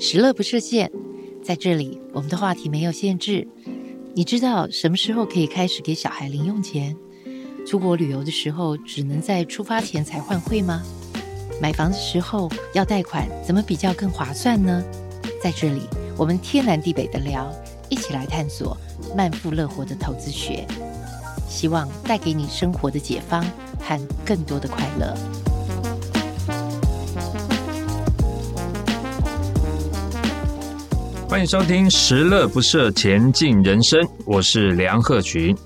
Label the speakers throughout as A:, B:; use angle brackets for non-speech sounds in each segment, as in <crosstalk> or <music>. A: 十乐不设限，在这里我们的话题没有限制。你知道什么时候可以开始给小孩零用钱？出国旅游的时候只能在出发前才换汇吗？买房的时候要贷款，怎么比较更划算呢？在这里，我们天南地北的聊，一起来探索慢富乐活的投资学，希望带给你生活的解放和更多的快乐。
B: 欢迎收听《十乐不设前进人生》，我是梁鹤群。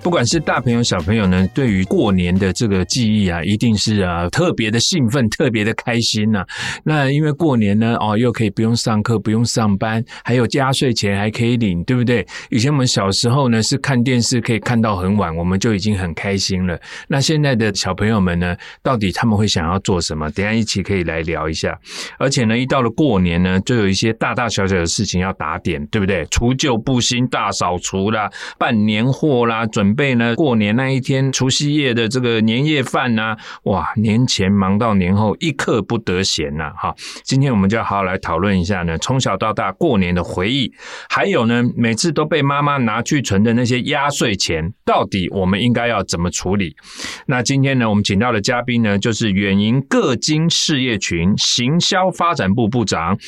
B: 不管是大朋友小朋友呢，对于过年的这个记忆啊，一定是啊特别的兴奋，特别的开心呐、那因为过年呢，哦，又可以不用上课，不用上班，还有压岁钱还可以领，对不对？以前我们小时候呢，是看电视可以看到很晚，我们就已经很开心了。那现在的小朋友们呢，到底他们会想要做什么？等一下一起可以来聊一下。而且呢，一到了过年呢，就有一些大大小小的事情要打点，对不对？除旧布新，大扫除啦，办年货啦，准备呢过年那一天除夕夜的这个年夜饭呐、哇，年前忙到年后，一刻不得闲呐、哈，今天我们就要好好来讨论一下呢，从小到大过年的回忆，还有呢，每次都被妈妈拿去存的那些压岁钱，到底我们应该要怎么处理？那今天呢，我们请到的嘉宾呢，就是远银各金事业群行销发展部部长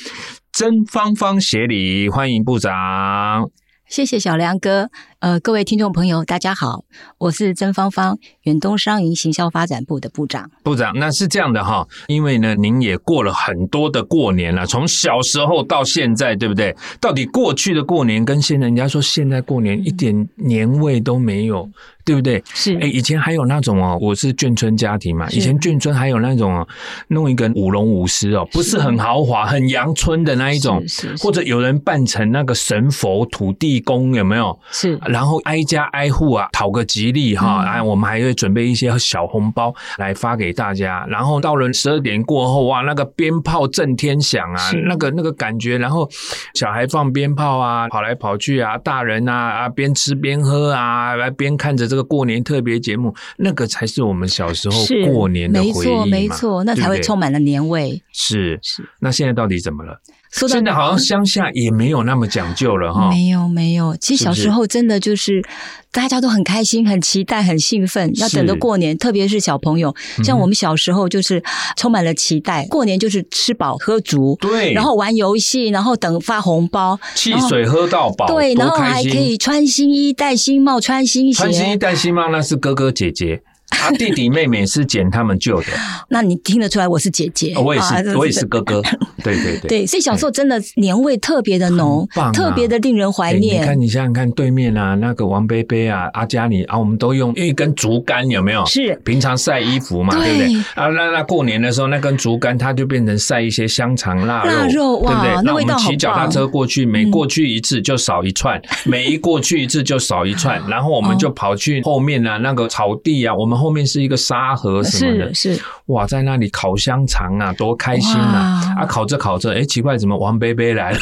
B: 曾芳芳协理，欢迎部长。
C: 谢谢小梁哥，呃，各位听众朋友，大家好，我是曾芳芳，远东商银行销发展部的部长。
B: 部长，那是这样的哈，因为呢，您也过了很多的过年了，从小时候到现在，对不对？到底过去的过年跟现在，人家说现在过年一点年味都没有，对不对？
C: 是
B: 哎、以前还有那种哦，我是眷村家庭嘛，
C: 是
B: 以前眷村还有那种哦，弄一个舞龙舞狮哦，不是很豪华、很阳春的那一种，
C: 是是是
B: 或者有人扮成那个神佛、土地公，有没有？
C: 是
B: 然后挨家挨户啊讨个吉利哈，
C: 嗯
B: 哎、我们还会准备一些小红包来发给大家。然后到了十二点过后哇，那个鞭炮震天响啊
C: 是，
B: 那个那个感觉，然后小孩放鞭炮啊，跑来跑去啊，大人啊啊边吃边喝啊，来边看着这个过年特别节目，那个才是我们小时候
C: 是
B: 过年的回忆
C: 没错
B: 嘛
C: 没错，那才
B: 对
C: 会
B: 不对
C: 充满了年味。
B: 是。
C: 是
B: 那现在到底怎么了？
C: 说到
B: 现在好像乡下也没有那么讲究了哈。
C: 啊没有没有，其实
B: 是不
C: 小
B: 是
C: 时候真的就是大家都很开心、很期待、很兴奋，要等着
B: 是嗯
C: 过年，特别是小朋友，像我们小时候就是充满了期待，过年就是吃饱喝足。
B: 对，
C: 然后玩游戏，然后等发红包，
B: 汽水喝到饱，
C: 哦对，
B: 哦多
C: 然后
B: 开
C: 还
B: 心
C: 可以穿新衣、戴新帽、穿新鞋。
B: 穿新衣戴新帽，那是哥哥姐
C: <laughs>
B: 姐。啊，弟弟妹妹是捡他们旧的，
C: 那你听得出来我是姐姐，
B: 哦我也是，
C: 啊这
B: 我也是哥
C: <laughs>
B: 哥，对对对，
C: 对，所以小时候真的年味特别的浓，
B: 很棒啊
C: 特别的令人怀
B: 哎你
C: 念。
B: 看，你想想看，对面啊，那个王贝贝啊，阿佳里啊，我们都用一根竹竿，有没有？
C: 是
B: 平常晒衣服嘛，对
C: 对
B: 不对？啊，那那过年的时候，那根竹竿它就变成晒一些香肠、腊肉，
C: 腊肉哇
B: 对不对？
C: 那
B: 那我
C: 味道
B: 们
C: 好
B: 骑脚踏
C: 棒嗯
B: 车过去，每过去一次就少一
C: <laughs>
B: 串，每一过去一次就少一串，然后我们
C: 哦
B: 就跑去后面啊，那个草地啊，我们后面是一个沙河什么的
C: 是，是，
B: 哇，在那里烤香肠啊，多开心啊！
C: 哇
B: 啊，烤着烤着，哎，奇怪，怎么王贝贝
C: <laughs>
B: 来了，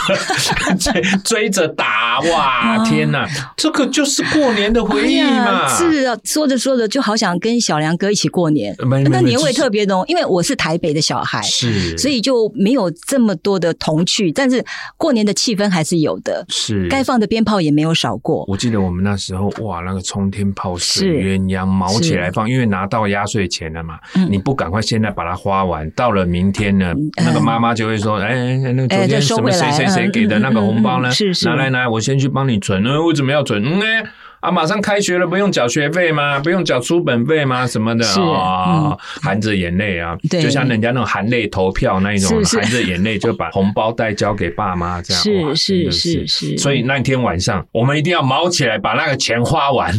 B: 追追着打，哇，
C: 哇
B: 天哪，这个就是过年的回忆
C: 哎
B: 嘛，
C: 呀是啊，说着说着就好想跟小梁哥一起过年，
B: 呃没没
C: 那
B: 没
C: 年味
B: 就是
C: 特别浓，因为我是台北的小孩。
B: 是，
C: 所以就没有这么多的童趣，但是过年的气氛还是有的，
B: 是
C: 该放的鞭炮也没有少过。
B: 我记得我们那时候，哇，那个冲天炮、水
C: 是
B: 鸳鸯毛起
C: 是
B: 来放，因为拿到压岁钱了嘛，
C: 嗯
B: 你不赶快现在把它花完，到了明天呢，那个妈妈就会说，哎、哎哎那个昨
C: 嗯哎
B: 天
C: 再
B: 什
C: 收
B: 么
C: 回
B: 谁
C: 来
B: 谁谁
C: 嗯
B: 给的
C: 嗯
B: 那个红包呢？
C: 嗯嗯嗯是是
B: 拿来拿来，我先去帮你存。嗯，为什么要存？嗯呢、哎啊，马上开学了，不用缴学费吗？不用缴书本费吗？什么的啊、
C: 是嗯
B: 哦含着眼泪啊，
C: 对
B: 就像人家那种含泪投票那一种，啊
C: 是是
B: 含着眼泪就把红包袋交给爸妈，这样
C: 是
B: 哇
C: 是
B: 真的
C: 是是 <laughs>
B: 所以那天晚上，我们一定要毛起来把那个钱花完。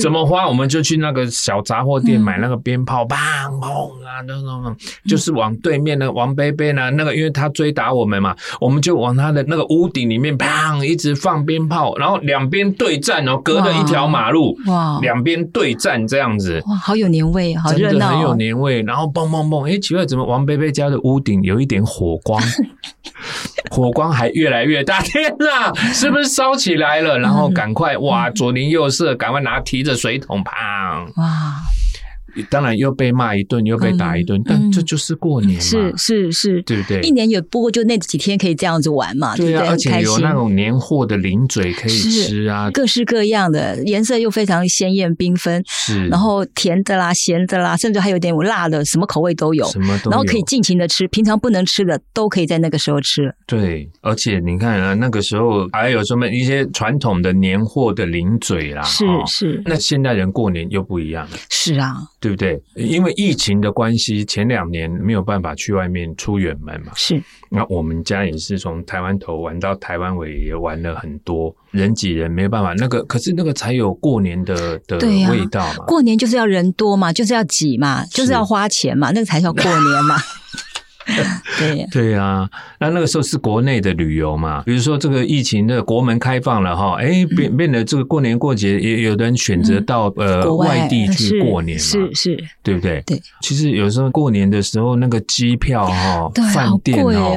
B: 怎么花？我们就去那个小杂货店
C: 嗯
B: 买那个鞭炮，砰轰啊，那种那种，就是往对面那个王贝贝呢，那个因为他追打我们嘛，我们就往他的那个屋顶里面砰一直放鞭炮，然后两边对战哦，隔着一条马路，
C: 哇
B: 两边对战这样子。
C: 哇，好有年味，好热
B: 真的
C: 闹
B: 很有
C: 哦，
B: 年味，然后蹦蹦蹦，哎，奇怪，怎么王贝贝家的屋顶有一点火
C: <laughs>
B: 光？火光还越来越大，天哪，是不是烧起来了？
C: 嗯
B: 然后赶快哇，左邻右舍赶快拿提着水桶，砰！
C: 哇，
B: 当然又被骂一顿，又被打一顿，但这就是过年嘛，
C: 嗯是是是，
B: 对不对？
C: 一年也不过就那几天可以这样子玩嘛，
B: 对
C: 不
B: 啊，
C: 对？
B: 而
C: 很
B: 且
C: 开
B: 有
C: 心，
B: 那种年货的零嘴可以
C: 是
B: 吃啊，
C: 各式各样的颜色又非常鲜艳缤纷，
B: 是，
C: 然后甜的啦、咸的啦，甚至还有点辣的，什么口味都有。
B: 什么都
C: 然后
B: 有
C: 可以尽情的吃，平常不能吃的都可以在那个时候吃。
B: 对，而且你看啊，那个时候还有什么一些传统的年货的零嘴啦，
C: 是
B: 哦
C: 是
B: 那现代人过年又不一样了，
C: 是啊，
B: 对不对？因为疫情的关系，前两年没有办法去外面出远门嘛。
C: 是
B: 那我们家也是从台湾头玩到台湾尾，也玩了很多人挤人，没有办法。那个可是那个才有过年的的
C: 对呀
B: 味道嘛。
C: 过年就是要人多嘛，就是要挤嘛，就是要花钱嘛，那个才叫过年
B: <laughs>
C: 嘛。 <laughs> 对，
B: 对啊，那那个时候是国内的旅游嘛，比如说这个疫情的国门开放了哈，哎，变变得这个过年过节也有的人选择到、呃
C: 嗯国嗯
B: 外地去
C: 是
B: 过年嘛
C: 是，是，
B: 对不对？
C: 对。
B: 其实有时候过年的时候，那个机票哈、
C: <laughs> 对
B: 饭店
C: 好贵
B: 哦
C: 啊，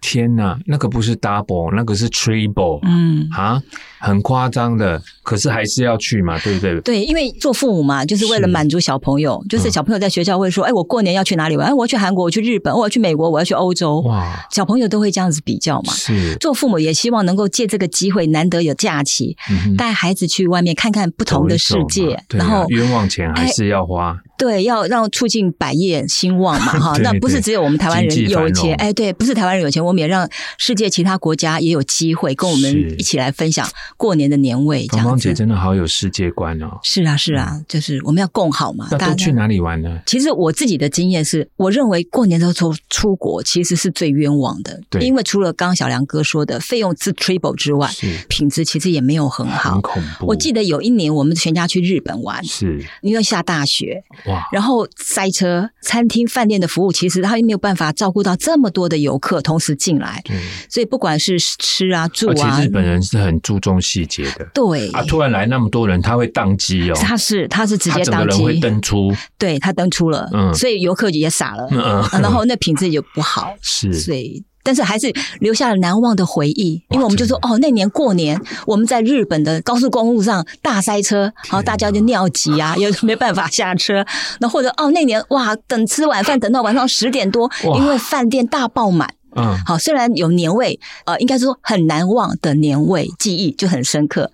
B: 天哪，那个不是 double，那个是 triple、
C: 嗯。
B: 啊，很夸张的，可是还是要去嘛，对不对？
C: 对，因为做父母嘛，就是为了
B: 是
C: 满足小朋友，
B: 嗯
C: 就是小朋友在学校会说：“哎，我过年要去哪里玩？哎，我要去韩国，我要去日本，我要去美国，我要去欧洲。
B: 哇”，
C: 小朋友都会这样子比较嘛。
B: 是，
C: 做父母也希望能够借这个机会，难得有假期，
B: 嗯哼
C: 带孩子去外面看看不同的世
B: 走一走
C: 界
B: 嘛，对啊
C: 然后
B: 冤枉钱还
C: 哎
B: 是要花。
C: 对，要让促进百业兴旺
B: <laughs>
C: 嘛，哈，
B: 对
C: 那不是
B: 对
C: 只有我们台湾
B: 经
C: 人
B: 济繁
C: 有钱，
B: 荣
C: 哎，对，不是台湾人有钱，我们也让世界其他国家也有机会跟我们
B: 是
C: 一起来分享过年的年味，
B: 芳
C: 这样
B: 芳姐
C: 子。
B: 真的好有世界观哦。
C: 是啊，是啊，就是我们要共好嘛，
B: 那都去哪里玩呢？
C: 其实我自己的经验是，我认为过年的时候出国其实是最冤枉的，
B: 对
C: 因为除了刚刚小梁哥说的费用是 triple 之外，
B: 是
C: 品质其实也没有很好
B: 很。恐怖。
C: 我记得有一年我们全家去日本玩，
B: 是
C: 因为下大雪，
B: 哇，
C: 然后塞车，餐厅、饭店的服务其实他也没有办法照顾到这么多的游客同时进来，
B: 对，
C: 所以不管是吃啊、住
B: 而
C: 啊
B: 且日，本人是很注重细节的
C: 对，
B: 啊。突然来那么多人，他会宕机哦，
C: 他是他是直
B: 他
C: 接
B: 整个
C: 当
B: 人会
C: 机，
B: 登出，
C: 对他登出了，
B: 嗯
C: 所以游客也傻了，
B: 嗯 <laughs> 嗯，
C: 啊然后那品质也不好，
B: 是
C: 所以。但是还是留下了难忘的回忆，
B: 哇
C: 因为我们就说
B: 真
C: 哦，那年过年我们在日本的高速公路上大塞
B: 哎
C: 车，然后大家就尿
B: <laughs>
C: 急啊，也没办法下车。那或者哦，那年哇，等吃晚饭等到晚上十点多，
B: 哇
C: 因为饭店大爆满。
B: 嗯，
C: 好，虽然有年味，呃，应该说很难忘的年味记忆就很深刻，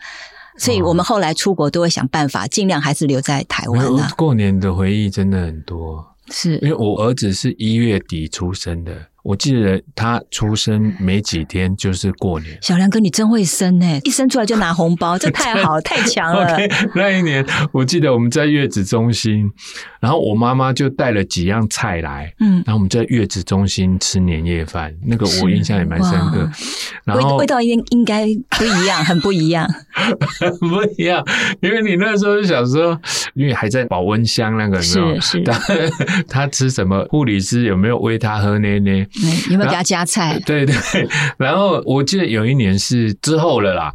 C: 所以我们后来出国都会想办法，尽量还是留在台
B: 没
C: 湾
B: 有
C: 啊。
B: 过年的回忆真的很多。因
C: 是
B: 为我儿子是一月底出生的，我记得他出生没几天就是过年。
C: 小梁哥，你真会生呢、一生出来就拿红
B: <laughs>
C: 包，这太好太强了。
B: OK，那一年我记得我们在月子中心，然后我妈妈就带了几样菜来，
C: 嗯，
B: 然后我们在月子中心吃年夜饭，那个我
C: 是
B: 印象也蛮深刻
C: 哇。
B: 然
C: 味
B: 后
C: 味道应应该不一
B: <laughs>
C: 样，很不一样。嗯
B: 不一样，因为你那时候就想说，因为还在保温箱那个有没有
C: 是是
B: 他他吃什么？护理师有没有喂他喝奶奶？
C: 嗯有没有给他加菜？
B: 对 <laughs> 对，然后我记得有一年是之后了啦，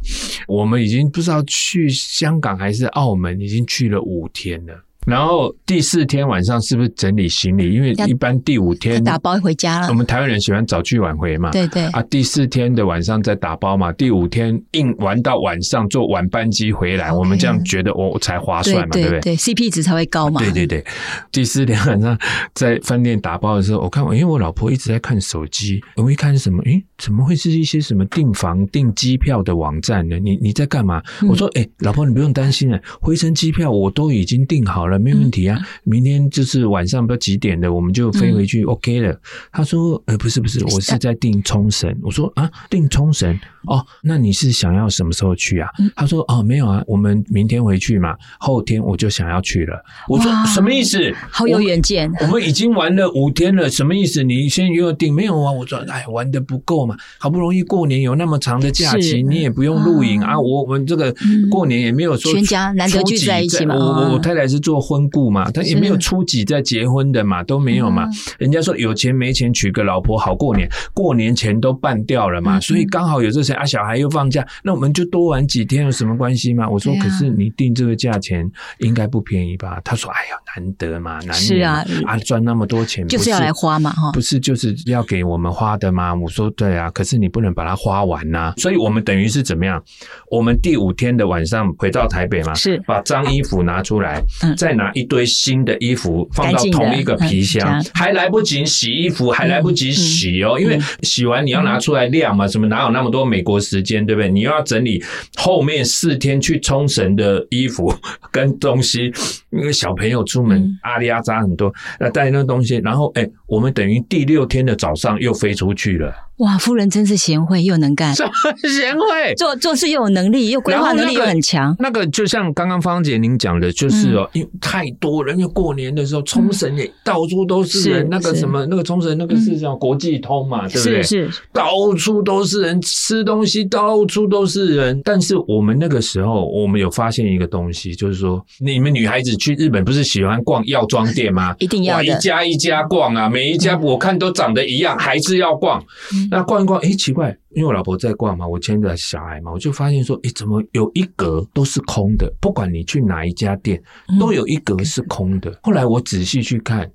B: 我们已经不知道去香港还是澳门，已经去了五天了。然后第四天晚上是不是整理行李？因为
C: 要
B: 一般第五
C: 他
B: 天
C: 打包啊回家
B: 我
C: 了。
B: 们台湾人喜欢早去晚回嘛。
C: 对对，
B: 啊，第四天的晚上再打包嘛，第五天硬玩到晚上坐晚班机回来，
C: OK
B: 我们这样觉得我才划算嘛，对
C: 对
B: 不对？
C: 对，CP 值才会高嘛。
B: 对对对，第四天晚上在饭店打包的时候，我看我因为我老婆一直在看手机，我一看是什么，诶，怎么会是一些什么订房、订机票的网站呢？你你在干嘛？
C: 嗯
B: 我说，诶，老婆你不用担心了，啊回程机票我都已经订好了，没问题啊。
C: 嗯
B: 明天就是晚上不知道几点的，我们就飞回
C: 嗯
B: 去、OK 了。他说，呃，不是不是，我是在订冲绳。我说啊，订冲绳哦，那你是想要什么时候去啊？
C: 嗯
B: 他说哦，没有啊，我们明天回去嘛，后天我就想要去了。我说
C: 哇
B: 什么意思？
C: 好有远见。
B: 我们已经玩了五天了，什么意思？你先约我订没有啊？我说，哎，玩的不够嘛，好不容易过年有那么长的假期，
C: 是
B: 你也不用露营啊。我我们这个
C: 嗯
B: 过年也没有说
C: 全家难得聚在一起嘛
B: 初几在我我我
C: 嗯
B: 太太是做婚顾嘛，她也
C: 是
B: 没有初几在结婚的嘛，都没有嘛
C: 嗯。
B: 人家说有钱没钱娶个老婆好过年，过年前都办掉了嘛，
C: 嗯
B: 所以刚好有这些啊，小孩又放假，那我们就多玩几天有什么关系嘛？我说，
C: 对啊
B: 可是你定这个价钱应该不便宜吧？他说，哎呀，难得嘛，难
C: 是
B: 免嘛
C: 啊
B: 啊，赚那么多钱
C: 就
B: 不
C: 是要来花嘛，哈
B: 不。是就是要给我们花的吗？我说对啊，可是你不能把它花完呐、所以我们等于是怎么样？我们第五天的晚上回到台北嘛，
C: 是
B: 把脏衣服拿出来，
C: 嗯
B: 在再拿一堆新的衣服放
C: 干
B: 到
C: 净的
B: 同一个皮箱
C: 嗯，
B: 还来不及洗衣服，还来不及洗哦，因为洗完你要拿出来晾嘛，什么哪有那么多美国时间，对不对？你又要整理后面四天去冲绳的衣服 <laughs> 跟东西，因为小朋友出门
C: 嗯
B: 阿里阿扎很多，那带那东西，然后哎，我们等于第六天的早上又飞出去
C: <laughs>
B: 了，
C: 哇，夫人真是贤惠又能干，
B: 怎么贤惠？
C: 做做事又有能力，又规划能力又很强。
B: 那个就像刚刚芳姐您讲的，
C: 嗯
B: 就是哦，因为太多人，因为过年的时候冲绳也到处都是人，
C: 是
B: 那个
C: 是嗯
B: 什么那个冲绳那个是叫国际通嘛，对不对？
C: 是是，
B: 到处都是人，吃东西到处都是人。但是我们那个时候，我们有发现一个东西，就是说你们女孩子去日本不是喜欢逛药妆店吗？
C: 一定要
B: 哇，一
C: 的。
B: 家一家逛啊，每一家我看都长得一样，还是要逛。
C: 嗯
B: 那逛一逛，诶，奇怪，因为我老婆在逛嘛，我牵着小孩嘛，我就发现说，诶，怎么有一格都是空的？不管你去哪一家店，
C: 嗯
B: 都有一格是空的。后来我仔细去看。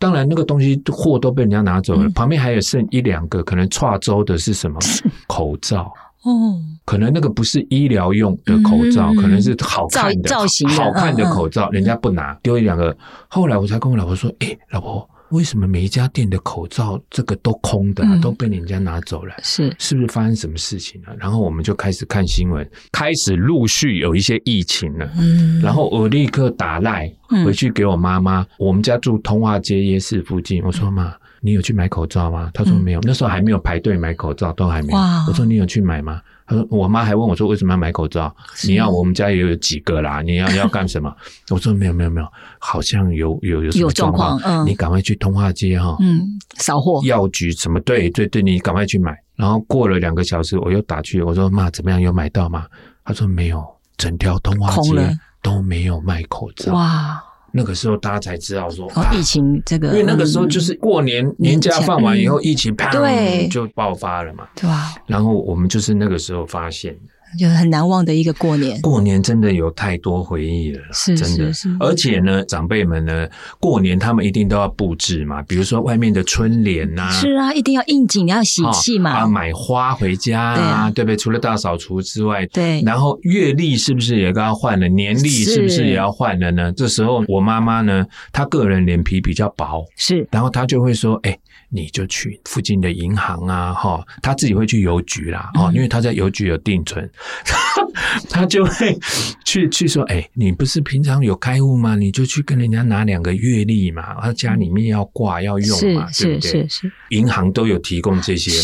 B: 当然，那个东西货都被人家拿走了，
C: 嗯
B: 旁边还有剩一两个，可能跨州的是
C: <laughs>
B: 什么口罩？
C: 哦，
B: 可能那个不是医疗用的口罩，
C: 嗯
B: 可能是好看的
C: 造造型的
B: 好看的
C: 嗯嗯
B: 口罩，人家不拿，丢一两个。后来我才跟我老婆说：“诶，老婆，为什么每一家店的口罩这个都空的、啊，
C: 嗯
B: 都被人家拿走了？”
C: 是
B: 是不是发生什么事情了、然后我们就开始看新闻，开始陆续有一些疫情了。
C: 嗯，
B: 然后我立刻打赖
C: 嗯
B: 回去给我妈妈，我们家住通化街夜市附近。我说妈，你有去买口罩吗？她说
C: 嗯
B: 没有，那时候还没有排队买口罩，都还没有
C: 哇。
B: 我说你有去买吗？她说我妈还问我说为什么要买口罩？
C: 是
B: 你要我们家也有几个啦，你要要干什么？ <laughs> 我说没有没有没有，好像有有有什么
C: 有状况嗯
B: 你赶快去通化街哈、
C: 嗯，扫货
B: 药局什么，对对对，你赶快去买。然后过了两个小时，我又打去，我说妈，怎么样？有买到吗？他说没有，整条通化
C: 空了
B: 街都没有卖口罩。
C: 哇，
B: 那个时候大家才知道说，
C: 哦
B: 啊，
C: 疫情这个，
B: 因为那个时候
C: 嗯
B: 就是过年年假放完以后，疫情啪
C: 对
B: 就爆发了嘛。
C: 对吧？
B: 然后我们就是那个时候发现，
C: 嗯就是很难忘的一个过年。
B: 过年真的有太多回忆了啦，
C: 是
B: 真的
C: 是是
B: 而且呢，长辈们呢，过年他们一定都要布置嘛，比如说外面的春联呐、
C: 是啊，一定要应景，要喜气
B: 哦啊，
C: 嘛。
B: 买花回家
C: 对
B: 啊，
C: 啊
B: 对不对？除了大扫除之外，
C: 对，
B: 然后月历是不是也刚刚换了？年历
C: 是
B: 是不是也要换了呢？这时候我妈妈呢，她个人脸皮比较薄，
C: 是
B: 然后她就会说：“哎、你就去附近的银行啊，哈、她自己会去邮局啦，哦，
C: 嗯
B: 因为她在邮局有定存， <laughs> 她就会去去说：哎、你不是平常有开户吗？你就去跟人家拿两个月历嘛，然后家里面要挂要用嘛，对
C: 是
B: 不
C: 是
B: 对
C: 是？是
B: 银行都有提供这些嘛。”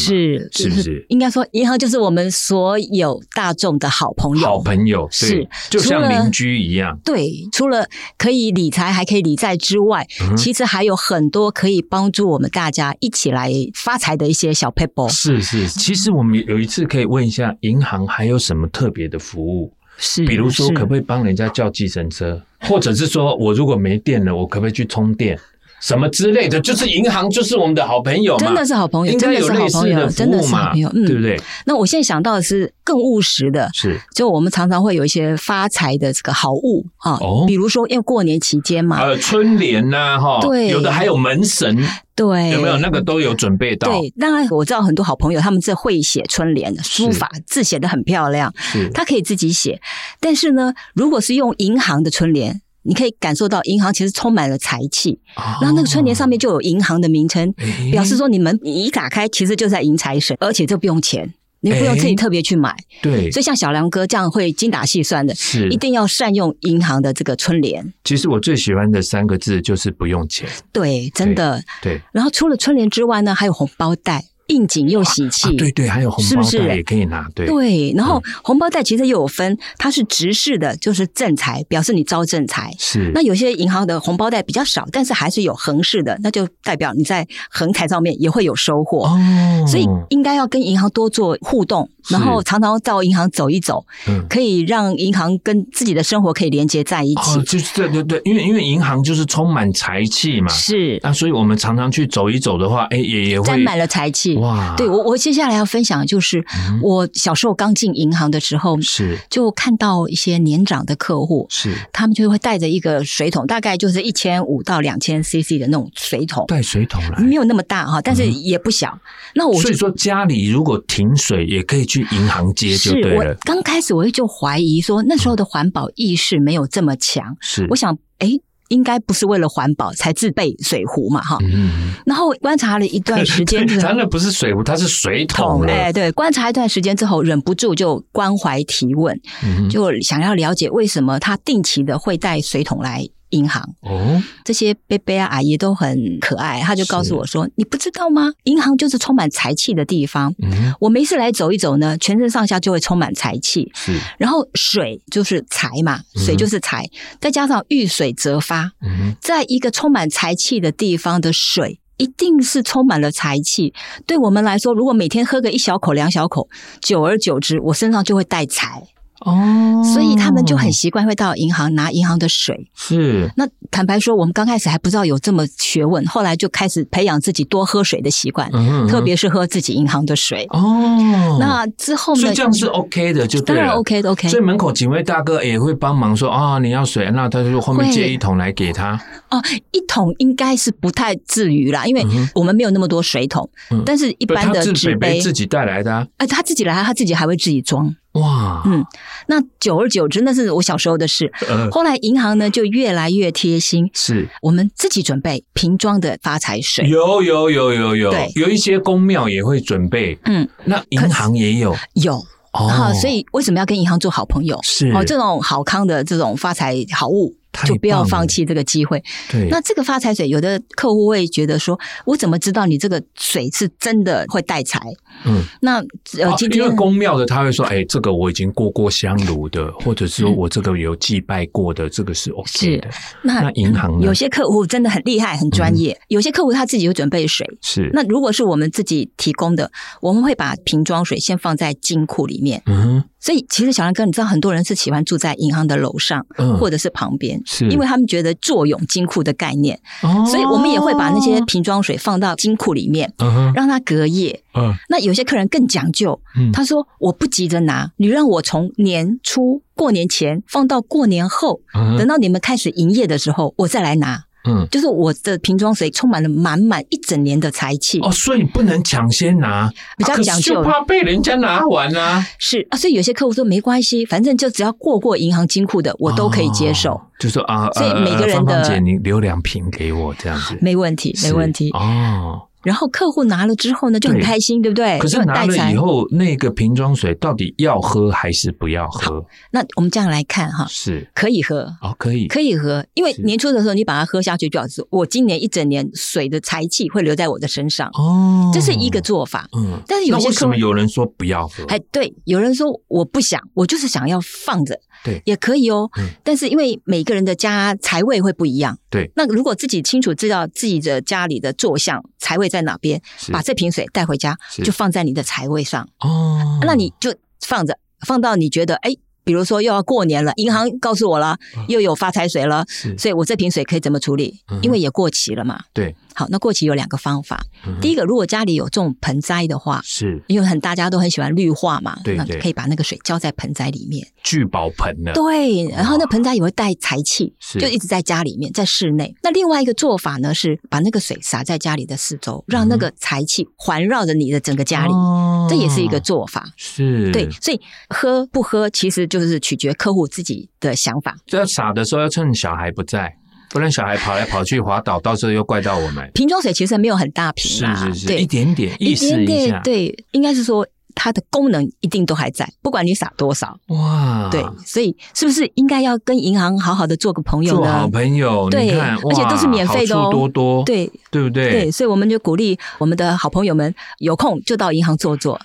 C: 是
B: 是不是
C: 应该说，银行就是我们所有大众的好朋友。
B: 好朋友，
C: 是
B: 对就
C: 除
B: 像
C: 了
B: 邻居一样。
C: 对，除了可以理财，还可以理债之外，
B: 嗯
C: 其实还有很多可以帮助我们大家一起来发财的一些小 people。
B: 是是，其实我们有一次可以问一下，银行还有什么特别的服务？
C: 是，
B: 比如说，
C: 是
B: 可不可以帮人家叫计程车，或者是说我如果没电了，我可不可以去充电，什么之类的？就是银行就是我们的好朋友嘛，
C: 真的是好朋友，
B: 应
C: 真
B: 该
C: 的
B: 有
C: 是好
B: 类
C: 朋
B: 似
C: 友，
B: 的
C: 真
B: 服
C: 的
B: 务
C: 是好
B: 嘛，
C: 朋友。嗯，
B: 对不对？
C: 那我现在想到的是更务实的，
B: 是
C: 就我们常常会有一些发财的这个好物啊，
B: 哦
C: 比如说因为过年期间嘛，
B: 呃，春联呐，哈，
C: 啊对
B: 有的还有门神，
C: 对，
B: 有没有？那个都有准备到，
C: 对，当然我知道很多好朋友他们这会写春联的
B: 是
C: 书法，字写的很漂亮，
B: 是
C: 他可以自己写。但是呢，如果是用银行的春联，你可以感受到银行其实充满了财气，
B: 哦
C: 然后那个春联上面就有银行的名称，
B: 面
C: 表示说你们你一打开其实就在迎财神，而且这不用钱，你不用自己特别去买。
B: 对，
C: 所以像小梁哥这样会精打细算的，
B: 是
C: 一定要善用银行的这个春联。
B: 其实我最喜欢的三个字就是不用钱，
C: 对，真的。
B: 对。
C: 然后除了春联之外呢，还有红包袋，应景又喜气。
B: 啊，对嗯对，还有红
C: 是
B: 包
C: 不是
B: 袋也可以拿，对
C: 对，然后红包袋其实又有分，它是直式的，就是正财，表示你招正财。
B: 是
C: 那有些银行的红包袋比较少，但是还是有横式的，那就代表你在横财上面也会有收获。
B: 哦，
C: 所以应该要跟银行多做互动，
B: 是
C: 然后常常到银行走一走，
B: 嗯。
C: 可以让银行跟自己的生活可以连接在一起。
B: 哦，就是对对对，因为因为银行就是充满财气嘛，
C: 是
B: 那、所以我们常常去走一走的话，哎，也也
C: 沾
B: 会
C: 满了财气，是
B: 哇
C: 对我我接下来要分享的就是
B: 嗯
C: 我小时候刚进银行的时候，
B: 是
C: 就看到一些年长的客户，
B: 是
C: 他们就会带着一个水桶，大概就是一千五到两千 CC 的那种水桶，
B: 带水桶来。
C: 没有那么大哈，但是
B: 嗯
C: 也不小。那我
B: 所
C: 就
B: 以说，家里如果停水，也可以去银行接就是对
C: 我
B: 了。
C: 刚开始我就怀疑说，那时候的环保意识没有这么强。
B: 是，
C: 我想，诶，应该不是为了环保才自备水壶嘛哈。 <laughs>
B: 嗯，
C: 然后观察了一段时
B: <laughs>
C: 间之后
B: 它，那不是水壶，它是水桶了。
C: 哎，对，观察一段时间之后，忍不住就关怀提问，
B: 嗯哼
C: 就想要了解为什么他定期的会带水桶来银行。
B: 哦，
C: 这些贝贝啊阿姨都很可爱，她就告
B: 是
C: 诉我说：“你不知道吗？银行就是充满财气的地方。
B: 嗯，
C: 我没事来走一走呢，全身上下就会充满财气。
B: 是，
C: 然后水就是财嘛，
B: 嗯
C: 水就是财，再加上遇水则发，
B: 嗯
C: 在一个充满财气的地方的水。一定是充满了财气。对我们来说，如果每天喝个一小口、两小口，久而久之，我身上就会带财，
B: 哼哦，
C: 所以他们就很习惯会到银行拿银行的水。
B: 是
C: 那坦白说，我们刚开始还不知道有这么学问，后来就开始培养自己多喝水的习惯，
B: 嗯哼
C: 特别是喝自己银行的水。
B: 哦。
C: 那之后
B: 所
C: 呢
B: 以？这样是 OK 的，就对
C: 当
B: 了
C: 然 OK 的 OK
B: 所以门口警卫大哥也会帮忙说啊、你要水，那他就后面借一桶来给他。
C: 哦，一桶应该是不太至于啦，因为
B: 嗯哼
C: 我们没有那么多水桶，
B: 嗯
C: 但是一
B: 对，
C: 般
B: 他
C: 的
B: 是
C: 纸
B: 北
C: 杯
B: 北，自己带来的、啊，
C: 哎，他自己来，他自己还会自己装。
B: 哇，
C: 嗯那久而久之，那是我小时候的事。
B: 呃，
C: 后来银行呢就越来越贴心，
B: 是
C: 我们自己准备瓶装的发财水。
B: 有有有有有
C: 对，
B: 有一些公庙也会准备，
C: 嗯，
B: 那银行也有
C: 有
B: 哦
C: 啊，，所以为什么要跟银行做好朋友？
B: 是
C: 哦，这种好康的这种发财好物
B: 太。
C: 就不要
B: 棒了
C: 放弃这个机会。
B: 对，
C: 那这个发财水，有的客户会觉得说：“我怎么知道你这个水是真的会带财
B: 嗯。？”
C: 那
B: 啊
C: 呃，今
B: 因
C: 天
B: 为公庙的他会说，哎、这个我已经过过香炉的，或者是说我这个有祭拜过的，这个是 OK
C: 是
B: 的。
C: 那
B: 那银行呢？嗯
C: 有些客户真的很厉害、很专业，有些客户他自己就准备水。
B: 是
C: 那如果是我们自己提供的，我们会把瓶装水先放在金库里面。
B: 嗯哼
C: 所以其实小梁哥，你知道很多人是喜欢住在银行的楼上
B: 嗯，
C: 或者是旁边，
B: 是
C: 因为他们觉得坐拥金库的概念，
B: 哦
C: 所以我们也会把那些瓶装水放到金库里面，
B: 嗯哼
C: 让它隔夜。
B: 嗯
C: 那有些客人更讲究，
B: 嗯
C: 他说：“我不急着拿，你让我从年初过年前放到过年后，
B: 嗯
C: 等
B: 哼
C: 到你们开始营业的时候，我再来拿。”
B: 嗯
C: 就是我的瓶装水充满了满满一整年的财气，
B: 哦，所以不能抢先拿，
C: 比较
B: 啊可是
C: 讲究
B: 就怕被人家拿完啊。
C: 是啊，所以有些客户说没关系，反正就只要过过银行金库的，我都可以接受，
B: 哦就说啊，
C: 所以
B: 呃
C: 每个人
B: 芳
C: 的
B: 芳姐，你留两瓶给我这样子，
C: 没问题，没
B: 是
C: 问题。
B: 哦。
C: 然后客户拿了之后呢，就很
B: 对
C: 开心，对不对？
B: 可是
C: 就很
B: 拿
C: 带
B: 了
C: 财
B: 以。后，那个瓶装水到底要喝还是不要喝？
C: 那我们这样来看哈，
B: 是
C: 可以喝。
B: 哦，可以，
C: 可以喝，因为
B: 是
C: 年初的时候你把它喝下去，就表示我今年一整年水的财气会留在我的身上，
B: 哦，
C: 这是一个做法。
B: 嗯。
C: 但是
B: 那
C: 有些
B: 为
C: 客
B: 什
C: 户
B: 么有人说不要喝？
C: 哎，对，有人说我不想，我就是想要放着，
B: 对
C: 也可以哦。
B: 嗯
C: 但是因为每个人的家财位会不一样，
B: 对。
C: 那如果自己清楚知道自己的家里的坐向财位在哪边，
B: 是
C: 把这瓶水带回家，
B: 是
C: 就放在你的财位上，
B: 哦，
C: 啊那你就放着，放到你觉得哎。比如说又要过年了，银行告诉我了，又有发财水了，
B: 啊是
C: 所以我这瓶水可以怎么处理
B: 嗯哼？
C: 因为也过期了嘛。
B: 对，
C: 好，那过期有两个方法。第一
B: 一
C: 个，如果家里有这种盆栽的话，
B: 是
C: 因为很大家都很喜欢绿化嘛，
B: 对
C: 那
B: 对
C: 可以把那个水浇在盆栽里面。
B: 聚宝盆呢？
C: 对，然后那盆栽也会带财气，
B: 是
C: 就一直在家里面，在室内。那另外一个做法呢，是把那个水洒在家里的四周，让那个财气环绕着你的整个家里，
B: 嗯哦
C: 这也是一个做法。
B: 是
C: 对，所以喝不喝其实就是取决客户自己的想法。
B: 要撒的时候要趁小孩不在，不然小孩跑来跑去滑倒，到时候又怪到我们。
C: 瓶装水其实没有很大瓶
B: 是
C: 啦，
B: 是是，
C: 对，
B: 一点点意思
C: 一
B: 一
C: 点
B: 下
C: 点，，对，应该是说它的功能一定都还在，不管你撒多少。
B: 哇，
C: 对，所以是不是应该要跟银行好好的做个朋友
B: 做好
C: 呢？
B: 朋友，
C: 对
B: 你看，
C: 而且
B: 哇
C: 都是免费的哦
B: 好处多多，
C: 对
B: 对不对？
C: 对，所以我们就鼓励我们的好朋友们有空就到银行坐坐，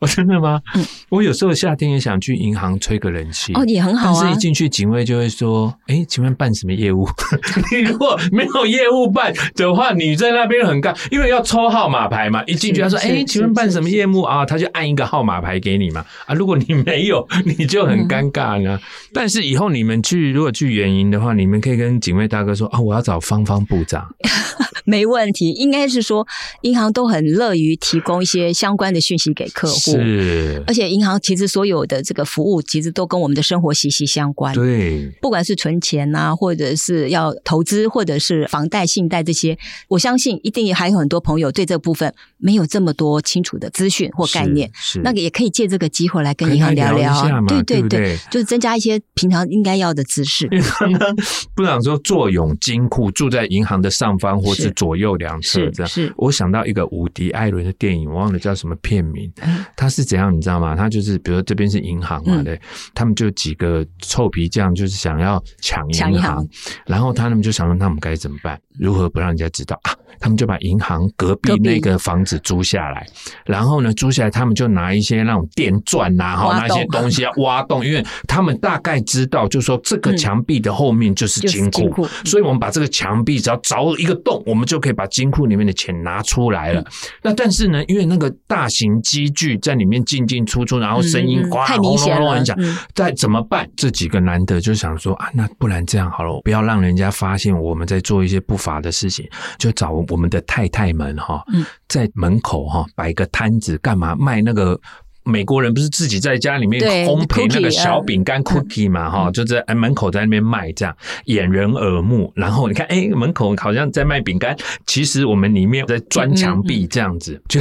B: 哦，真的吗？
C: 嗯
B: 我有时候夏天也想去银行吹个冷气
C: 哦，也很好
B: 但是
C: 啊
B: 一。进去，警卫就会说：“哎，请问办什么业务？ <laughs> 你如果没有业务办的话，你在那边很干，因为要抽号码牌嘛。一进去，
C: 是
B: 他说：‘
C: 是
B: 哎，
C: 是
B: 请问办什么业务啊？’他就按一个号码牌给你嘛。啊，如果你没有， <laughs> 你就很尴尬
C: 嗯
B: 呢。但是以后你们去，如果去援营的话，你们可以跟警卫大哥说：‘啊，我要找芳芳部长。’
C: 没问题。应该是说，银行都很乐于提供一些相关的讯息给客户，
B: 是，
C: 而且银行其实所有的这个服务，其实都跟我们的生活息息相关。
B: 对，
C: 不管是存钱呐、或者是要投资，或者是房贷、信贷这些，我相信一定也还有很多朋友对这部分没有这么多清楚的资讯或概念。
B: 是，是
C: 那个也可以借这个机会来跟
B: 可以
C: 银行
B: 来
C: 聊
B: 聊一
C: 聊
B: 下
C: 啊，
B: 嘛
C: 对
B: 对不
C: 对，
B: 对
C: 就是增加一些平常应该要的知识。
B: 不想说坐拥金库，住在银行的上方或 <laughs> 是
C: 是
B: 左右两侧
C: 是
B: 这样。
C: 是，
B: 我想到一个伍迪·艾伦的电影，我忘了叫什么片名。他是怎样，你知道吗？他就是，比如说这边是银行嘛，
C: 嗯
B: 对，他们就几个臭皮匠，就是想要抢银
C: 抢银行
B: 然后他们就想说，那我们该怎么办？如何不让人家知道啊？他们就把银行隔壁
C: 隔壁
B: 那个房子租下来，然后呢，租下来他们就拿一些那种电钻呐、哈，
C: 挖
B: 那些
C: 洞
B: 东西要挖洞，因为他们大概知道，就说这个
C: 嗯
B: 墙壁的后面就是
C: 就是
B: 金库
C: 金，库
B: 所以我们把这个墙壁只要凿一个洞，我们就可以把金库里面的钱拿出来
C: 嗯
B: 了。那但是呢，因为那个大型机具在里面进进出出，然后声音
C: 嗯嗯
B: 哗
C: 太
B: 轰隆
C: 明显
B: 轰隆
C: 了
B: 很响
C: 嗯，
B: 再怎么办？这几个男的就想说啊，那不然这样好了，我不要让人家发现我们在做一些不法的事情，就找我们的太太们哈
C: 嗯，
B: 在门口哈摆个摊子，干嘛卖那个？美国人不是自己在家里面
C: 对
B: 烘焙
C: cookie，
B: 那个小饼干
C: 嗯
B: cookie 嘛，哈、就在哎门口在那边卖，这样掩人耳目。然后你看，哎、门口好像在卖饼干，其实我们里面在钻墙
C: 嗯
B: 壁这样子。就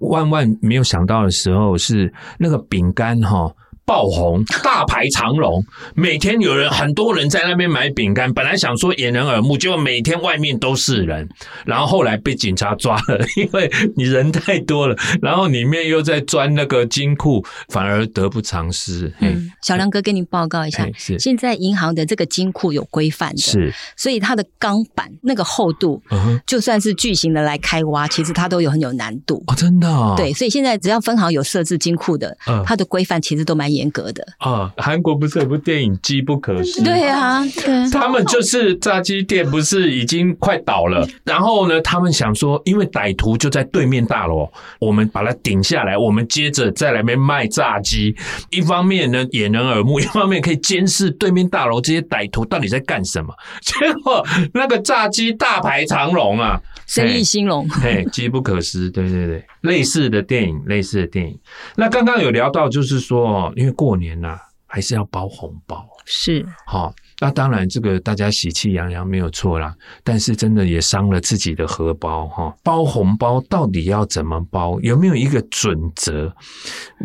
B: 万万没有想到的时候是那个饼干哈。爆
C: <laughs>
B: 红，大排长龙，每天有人很多人在那边买饼干。本来想说掩人耳目，结果每天外面都是人。然后后来被警察抓了，因为你人太多了，然后里面又在钻那个金库，反而得不偿失。嘿
C: 嗯，小梁哥跟你报告一下
B: 哎，是
C: 现在银行的这个金库有规范的，
B: 是，
C: 所以它的钢板那个厚度，
B: 嗯哼，
C: 就算是巨型的来开挖，其实它都有很有难度。
B: 哦，真的、哦，
C: 对，所以现在只要分行有设置金库的
B: 嗯，
C: 它的规范其实都蛮严格的。
B: 啊，韩国不是有部电影《机不可失》？
C: 对啊，对，
B: 他们就是炸鸡店，不是已经快倒了？然后呢，他们想说，因为歹徒就在对面大楼，我们把它顶下来，我们接着在那边卖炸鸡。一方面呢掩人耳目，一 <laughs> 方面可以监视对面大楼这些歹徒到底在干什么。结果那个炸鸡大排长龙啊，
C: 生意兴隆。
B: <laughs> 嘿，机不可失，对对对，类似的电影，类似的电影。那刚刚有聊到，就是说，因为过年呐、还是要包红包。
C: 是，
B: 好、那当然这个大家喜气洋洋没有错啦，但是真的也伤了自己的荷包哈、包红包到底要怎么包？有没有一个准则？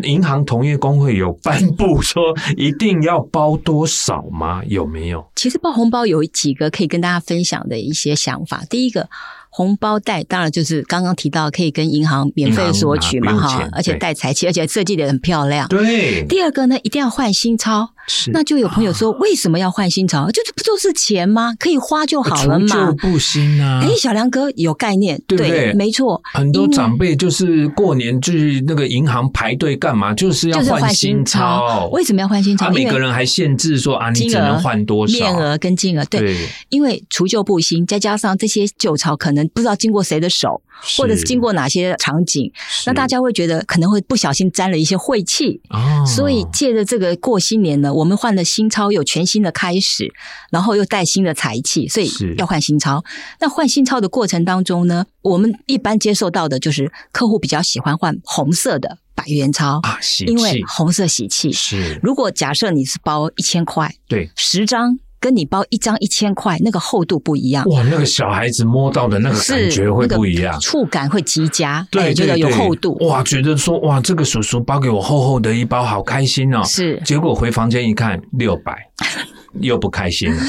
B: 银行同业工会有颁布说一定要包多少吗？有没有？
C: 其实包红包有几个可以跟大家分享的一些想法。第一个，红包袋当然就是刚刚提到可以跟银行免费索取嘛
B: 银行拿不用
C: 哈
B: 钱，
C: 而且
B: 对
C: 带财气，而且设计的很漂亮。
B: 对，
C: 第二个呢，一定要换新钞。
B: 是啊
C: 那就有朋友说，为什么要换新钞？就是不就是钱吗？可以花就好了
B: 啊除旧
C: 嘛。
B: 布新啊。
C: 哎，小梁哥有概念，
B: 对不对
C: 没错，
B: 很多长辈就是过年去那个银行排队干嘛？就是要
C: 就是要
B: 换
C: 换
B: 新
C: 新
B: 钞
C: 钞。。为什么要换新
B: 他
C: 钞？
B: 每
C: 因
B: 个
C: 为
B: 人还限制说啊，你
C: 金
B: 只
C: 额
B: 能换多少
C: 面额跟金额，对，
B: 对，
C: 因为除旧布新，再加上这些旧钞可能不知道经过谁的手，或者是经过哪些场景，
B: 是
C: 那大家会觉得可能会不小心沾了一些晦气。
B: 哦，
C: 所以借着这个过新年呢，我们换了新钞，有全新的开始，然后又带新的财气，所以
B: 是
C: 要换新钞。那换新钞的过程当中呢，我们一般接受到的就是客户比较喜欢换红色的百元钞，
B: 啊，喜
C: 因为
B: 气
C: 红色喜气。
B: 是
C: 如果假设你是包一千块，
B: 对。
C: 十张跟你包一张一千块，那个厚度不一样。
B: 哇，那个小孩子摸到的那个感
C: 是
B: 觉会不一样
C: 那个。触感会极佳，
B: 对
C: 哎
B: 对
C: 觉得有
B: 对
C: 厚度，
B: 哇，觉得说哇，这个叔叔包给我厚厚的一包，好开心哦。
C: 是
B: 结果回房间一看，六百，又不开心了。
C: <laughs>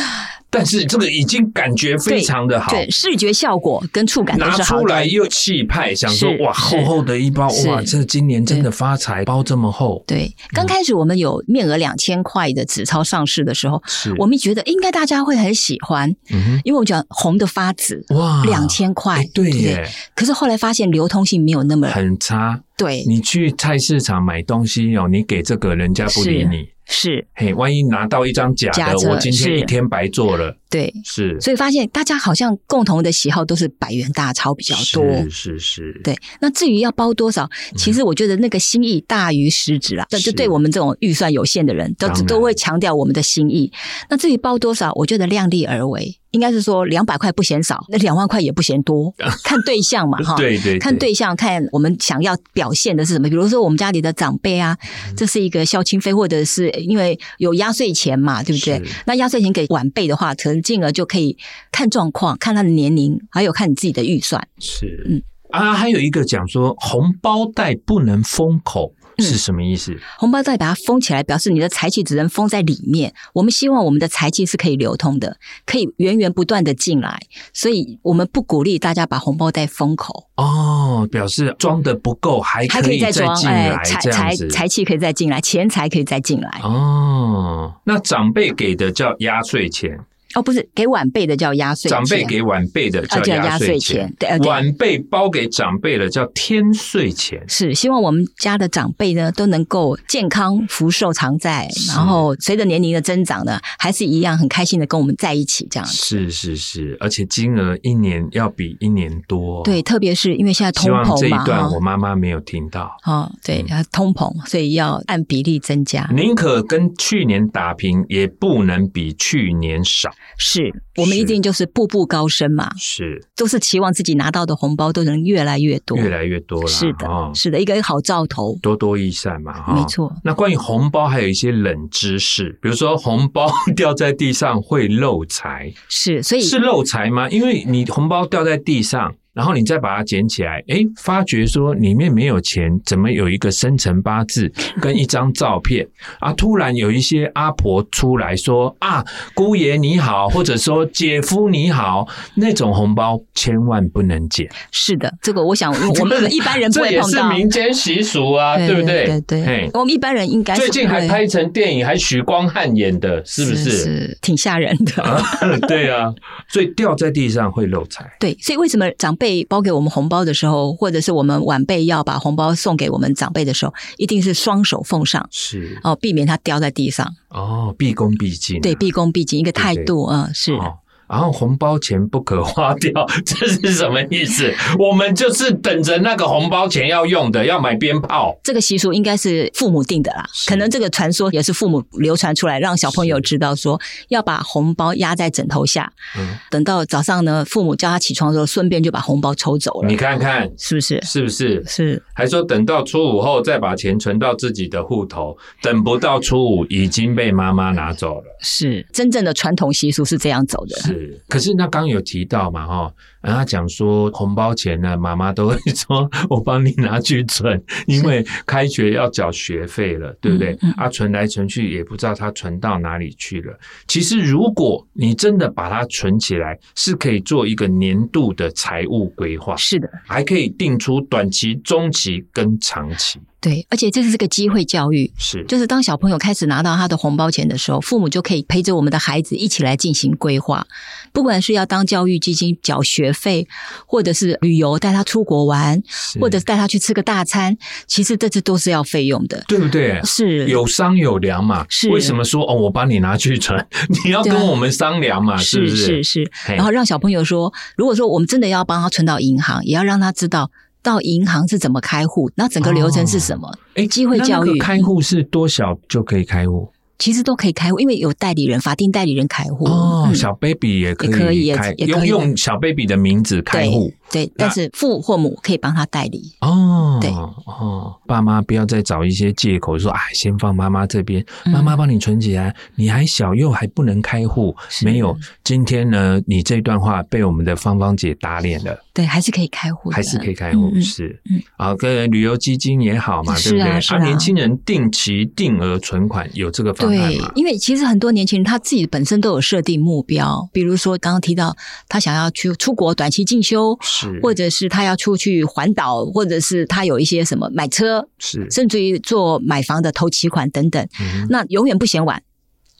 B: 但是这个已经感觉非常的好，
C: 对视觉效果跟触哎感都
B: 拿
C: 是好
B: 出来
C: 的。
B: 又气派，想说
C: 是
B: 哇，
C: 是
B: 厚厚的一包，
C: 是
B: 哇，这今年真的发财，包这么厚，
C: 对，刚开始我们有面额两千块的纸钞上市的时候，
B: 是
C: 我们觉得应该大家会很喜欢，
B: 嗯
C: 因为我们讲红的发紫，
B: 哼哇
C: 两千块
B: 啊哎，对
C: 不
B: 耶，
C: 可是后来发现流通性没有那么
B: 很差。
C: 对，
B: 你去菜市场买东西哦，你给这个人家不理
C: 是
B: 你，
C: 是
B: 嘿，万一拿到一张假的，
C: 假的
B: 我今天
C: 是
B: 一天白做了。
C: 对，
B: 是
C: 所以发现大家好像共同的喜好都是百元大钞比较多。
B: 是是是，
C: 对，那至于要包多少，其实我觉得那个心意大于实质啦。
B: 嗯
C: 这、
B: 是
C: 就对我们这种预算有限的人，都
B: 当然
C: 都会强调我们的心意。那至于包多少，我觉得量力而为，应该是说两百块不嫌少，那两万块也不
B: <laughs>
C: 嫌多，看对象嘛，哈。
B: 呃对对，
C: 看对象，看我们想要表现的是什么。比如说，我们家里的长辈啊，
B: 嗯
C: 这是一个孝亲费，或者是因为有压岁钱嘛，对不对
B: 是？
C: 那压岁钱给晚辈的话，可能进而就可以看状况，看他的年龄，还有看你自己的预算。
B: 是
C: 嗯
B: 啊，还有一个讲说红包袋不能封口
C: 嗯
B: 是什么意思？
C: 红包袋把它封起来，表示你的财气只能封在里面。我们希望我们的财气是可以流通的，可以源源不断的进来，所以我们不鼓励大家把红包袋封口，
B: 哦，表示装的不够，还
C: 还可以
B: 以再
C: 再装，
B: 进
C: 哎
B: 来，
C: 财
B: 这样
C: 财
B: 子。
C: 财气可以再进来，钱财可以再进来。
B: 哦，那长辈给的叫压岁钱，
C: 哦，不是给晚辈的叫压岁钱，
B: 长辈给晚辈的
C: 啊
B: 叫
C: 叫
B: 压
C: 压
B: 岁
C: 岁
B: 钱
C: 钱，对呃对
B: 晚辈包给长辈的叫天岁钱。
C: 是希望我们家的长辈呢都能够健康福寿常在，
B: 是
C: 然后随着年龄的增长呢，还是一样很开心的跟我们在一起这样子。
B: 是是是，而且金额一年要比一年多。
C: 对，，特别是因为现在通
B: 希望这
C: 膨
B: 一
C: 嘛，
B: 段
C: 哈
B: 我妈妈没有听到。
C: 哦，对，啊，
B: 嗯
C: 通膨，所以要按比例增加。
B: 宁可跟去年打平，也不能比去年少。
C: 是我们一定就是步步高升嘛，
B: 是
C: 都是期望自己拿到的红包都能越来越多。
B: 越来越多了，啊
C: 是的，
B: 哦，
C: 是的，一个好兆头，
B: 多多益善嘛，哈、
C: 没。错。
B: 那关于红包还有一些冷知识，比如说红包 <laughs> 掉在地上会漏财，
C: 是，所以
B: 是漏财吗？因为你红包掉在地上，然后你再把它捡起来，诶，发觉说里面没有钱，怎么有一个生辰八
C: <laughs>
B: 字跟一张照片啊？突然有一些阿婆出来说啊，姑爷你好，或者说姐夫你好，那种红包千万不能捡。
C: 是的，这个
B: <laughs>
C: 我想我们一般人不
B: 这
C: 会
B: 也
C: 碰
B: 是
C: 到。
B: 民间习俗啊，
C: 对
B: 不对？
C: 对
B: 嘿
C: 对，我们一般人应该是
B: 最近还
C: 不会
B: 拍成电影，还许光汉演的，是不是？
C: 挺吓人的？
B: 啊， <laughs> 对啊，所以掉在地上会漏财。
C: <laughs> 对，所以为什么长辈包给我们红包的时候，或者是我们晚辈要把红包送给我们长辈的时候，一定是双手奉上
B: 是
C: 哦，避免它掉在地上。
B: 哦，毕恭毕敬、
C: 对，毕恭毕敬一个
B: 对
C: 态度啊、嗯，是。
B: 哦。然后红包钱不可花掉， <laughs> 这是什么意思？我们就是等着那个红包钱要用的，要买鞭炮。
C: 这个习俗应该是父母定的啦，
B: 是
C: 可能这个传说也是父母流传出来，让小朋友知道说要把红包压在枕头下，
B: 嗯
C: 等到早上呢，父母叫他起床的时候，顺便就把红包抽走了
B: 你，看看
C: 是不是？
B: 是不是？
C: 是
B: 还说等到初五后再把钱存到自己的户头，等不到初五已经被妈妈拿走了。
C: 是，真正的传统习俗是这样走的。
B: 是，可是那刚有提到嘛，哈，然后他讲说红包钱呢，妈妈都会说我帮你拿去存，因为开学要缴学费了，对不对？
C: 嗯嗯
B: 啊，存来存去也不知道它存到哪里去了。其实如果你真的把它存起来，是可以做一个年度的财务规划，
C: 是的，
B: 还可以定出短期、中期跟长期。
C: 对，而且这是个机会教育，
B: 是，
C: 就是当小朋友开始拿到他的红包钱的时候，父母就可以陪着我们的孩子一起来进行规划，不管是要当教育基金缴学费，或者是旅游带他出国玩，
B: 是
C: 或者是带他去吃个大餐，其实这这都是要费用的。
B: 对不对？
C: 是
B: 有商有量嘛？
C: 是
B: 为什么说哦，我帮你拿去存？ <laughs> 你要
C: 对啊
B: 跟我们商量嘛？是不
C: 是是是，
B: 嘿
C: 然后让小朋友说，如果说我们真的要帮他存到银行，也要让他知道到银行是怎么开户，那整个流程是什么。
B: 哎，
C: 机会
B: 那
C: 教
B: 那个
C: 育
B: 开户是多小就可以开户？
C: 其实都可以开户，因为有代理人、法定代理人开户。
B: 哦，
C: 嗯
B: 小 baby 也可
C: 也可以
B: 以
C: 也
B: 开，
C: 也
B: 用
C: 可以
B: 用小 baby 的名字开户。
C: 对，对
B: 那
C: 但是父或母可以帮他代理。
B: 哦，
C: 对
B: 哦，爸妈不要再找一些借口说，哎，先放妈妈这边，
C: 嗯
B: 妈妈帮你存起来，你还小又还不能开户，
C: 是
B: 没有。今天呢，你这段话被我们的芳芳姐打脸了，
C: 对，还是可以开户的，
B: 还是可以开户，
C: 嗯嗯
B: 是
C: 嗯，
B: 啊，跟旅游基金也好嘛，对不
C: 是啊
B: 对？
C: 是啊
B: 年轻人定期定额存款有这个方案
C: 对
B: 嘛，？
C: 因为其实很多年轻人他自己本身都有设定目标，比如说刚刚提到他想要去出国短期进修，
B: 是，
C: 或者是他要出去环岛，或者是他有一些什么买车，
B: 是，
C: 甚至于做买房的头期款等等。
B: 嗯哼
C: 那永远不嫌晚。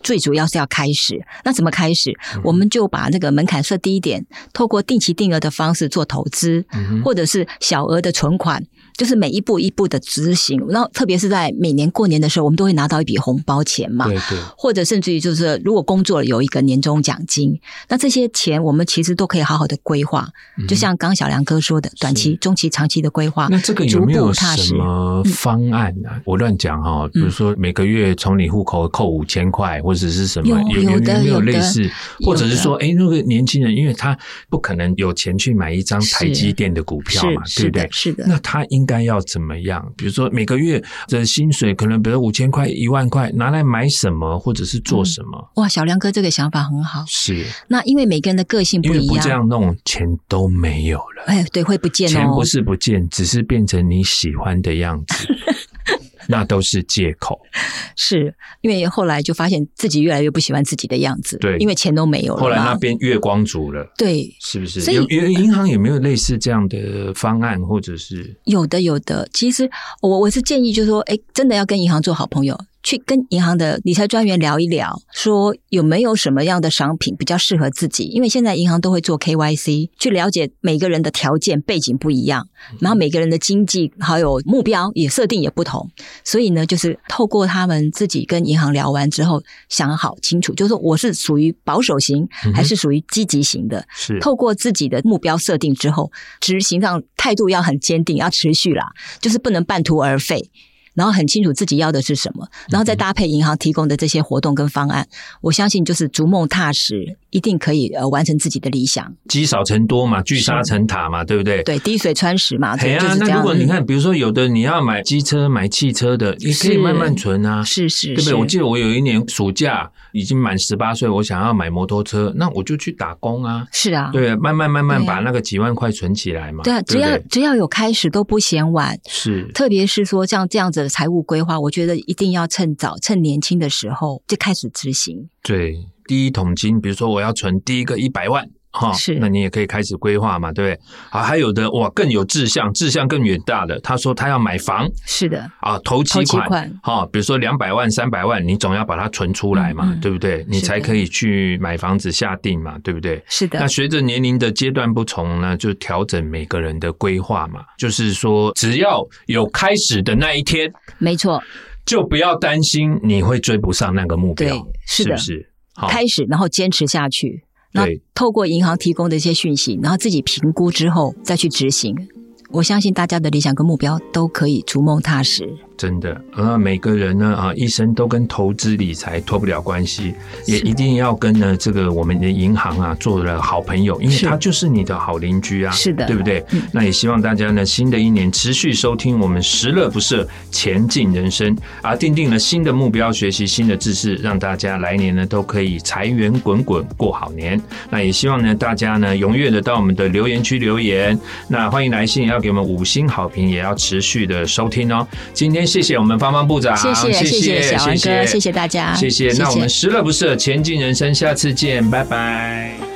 C: 最主要是要开始，那怎么开始？
B: 嗯
C: 我们就把那个门槛设低一点，透过定期定额的方式做投资，
B: 嗯哼
C: 或者是小额的存款，就是每一步一步的执行。然后特别是在每年过年的时候，我们都会拿到一笔红包钱嘛，
B: 对嗯对，
C: 或者甚至于就是如果工作了有一个年终奖金，那这些钱我们其实都可以好好的规划。
B: 嗯
C: 就像刚小梁哥说的，短期、中期、长期的规划，
B: 那这个有
C: 逐
B: 没有
C: 步踏实
B: 什
C: 嗯
B: 么方案呢、啊？我乱讲哈，比如说每个月从你户口扣五千块，或者是什么，
C: 有有的
B: 没有
C: 有的
B: 类似？
C: 有
B: 或者是
C: 的
B: 说，哎，那个年轻人，因为他不可能有钱去买一张台
C: 是
B: 积电的股票嘛，
C: 是
B: 对不
C: 是
B: 对
C: 的，？是的。
B: 那他应该要怎么样？比如说每个月的薪水可能，比如五千块、一万块，拿来买什么，或者是做什么？
C: 哇，小梁哥这个想法很好。
B: 是
C: 那因为每个人的个性
B: 因
C: 嗯不
B: 为
C: 一
B: 不这
C: 样，
B: 样弄，钱都没有了。
C: 哎，对，会不见
B: 钱
C: 哦
B: 不。是不见，只是变成你喜欢的样
C: <laughs>
B: 子，那都是借口。
C: 是因为后来就发现自己越来越不喜欢自己的样子，
B: 对
C: 因为钱都没有了嘛。
B: 后来那边月光族了，
C: 对，
B: 是不是？
C: 所以
B: 有有银行有没有类似这样的方案，或者是
C: 有的有的。其实我我是建议，就是说，哎，真的要跟银行做好朋友，去跟银行的理财专员聊一聊，说有没有什么样的商品比较适合自己。因为现在银行都会做 KYC，去了解每个人的条件背景不一样，
B: 嗯
C: 然后每个人的经济还有目标也设定也不同，所以呢，就是透过他们自己跟银行聊完之后，想好清楚，就是说我是属于保守型
B: 嗯哼
C: 还是属于积极型的。
B: 是？
C: 透过自己的目标设定之后，执行上态度要很坚定，要持续啦，就是不能半途而废。然后很清楚自己要的是什
B: 嗯
C: 么，然后再搭配银行提供的这些活动跟方案，我相信就是逐梦踏实，一定可以呃完成自己的理想。
B: 积少成多嘛，聚沙成塔嘛，对不对？。
C: 对，滴水穿石嘛，
B: 哎
C: 对，
B: 呀、
C: 啊就是这
B: 那
C: 样。
B: 如果你看，比如说有的你要买机车、买汽车的，你可以
C: 是
B: 慢慢存啊
C: 嗯，。是是
B: 对不对？
C: 是，
B: 我记得我有一年暑假已经满十八岁，我想要买摩托车，那我就去打工啊，
C: 是啊，
B: 对，慢慢慢慢
C: 对啊
B: 把那个几万块存起来嘛。
C: 对啊，只
B: 不
C: 要只要有开始都不嫌晚。
B: 是
C: 特别是说像这样子的财务规划，我觉得一定要趁早，趁年轻的时候就开始执行。
B: 对，第一桶金，比如说我要存第一个一百万。哈，
C: 是
B: 那你也可以开始规划嘛，对不对？啊，还有的哇，更有志向，志向更远大的，他说他要买房
C: 是的，
B: 啊，投期
C: 投期
B: 款，
C: 款
B: 哈、比如说两百万、三百万，你总要把它存出来嘛，
C: 嗯嗯
B: 对不对？你
C: 是的
B: 才可以去买房子下定嘛，对不对？
C: 是的
B: 那。随着年龄的阶段不同呢，就调整每个人的规划嘛，就是说只要有开始的那一天，
C: 没错，
B: 就不要担心你会追不上那个目标，
C: 对是的
B: 不是？好
C: 开始然后坚持下去，那
B: 对
C: 透过银行提供的一些讯息，然后自己评估之后再去执行。我相信大家的理想跟目标都可以逐梦踏实。
B: 真的，呃，每个人呢啊，一生都跟投资理财脱不了关系，也一定要跟呢这个我们的银行啊做了好朋友，因为
C: 是
B: 它就是你的好邻居啊，
C: 是的
B: 对不对？
C: 嗯
B: 那也希望大家呢，新的一年持续收听我们十乐不设前进人生啊，奠定了新的目标，学习新的知识，让大家来年呢都可以财源滚滚过好年。那也希望呢大家呢踊跃的到我们的留言区留言，那欢迎来信，也要给我们五星好评，也要持续的收听哦。今天谢谢我们芳芳部长，
C: 谢谢
B: 谢
C: 谢谢小王哥，谢啊
B: 谢
C: 谢大家，
B: 谢谢。那我们十乐不设前进人生，下次见，拜拜。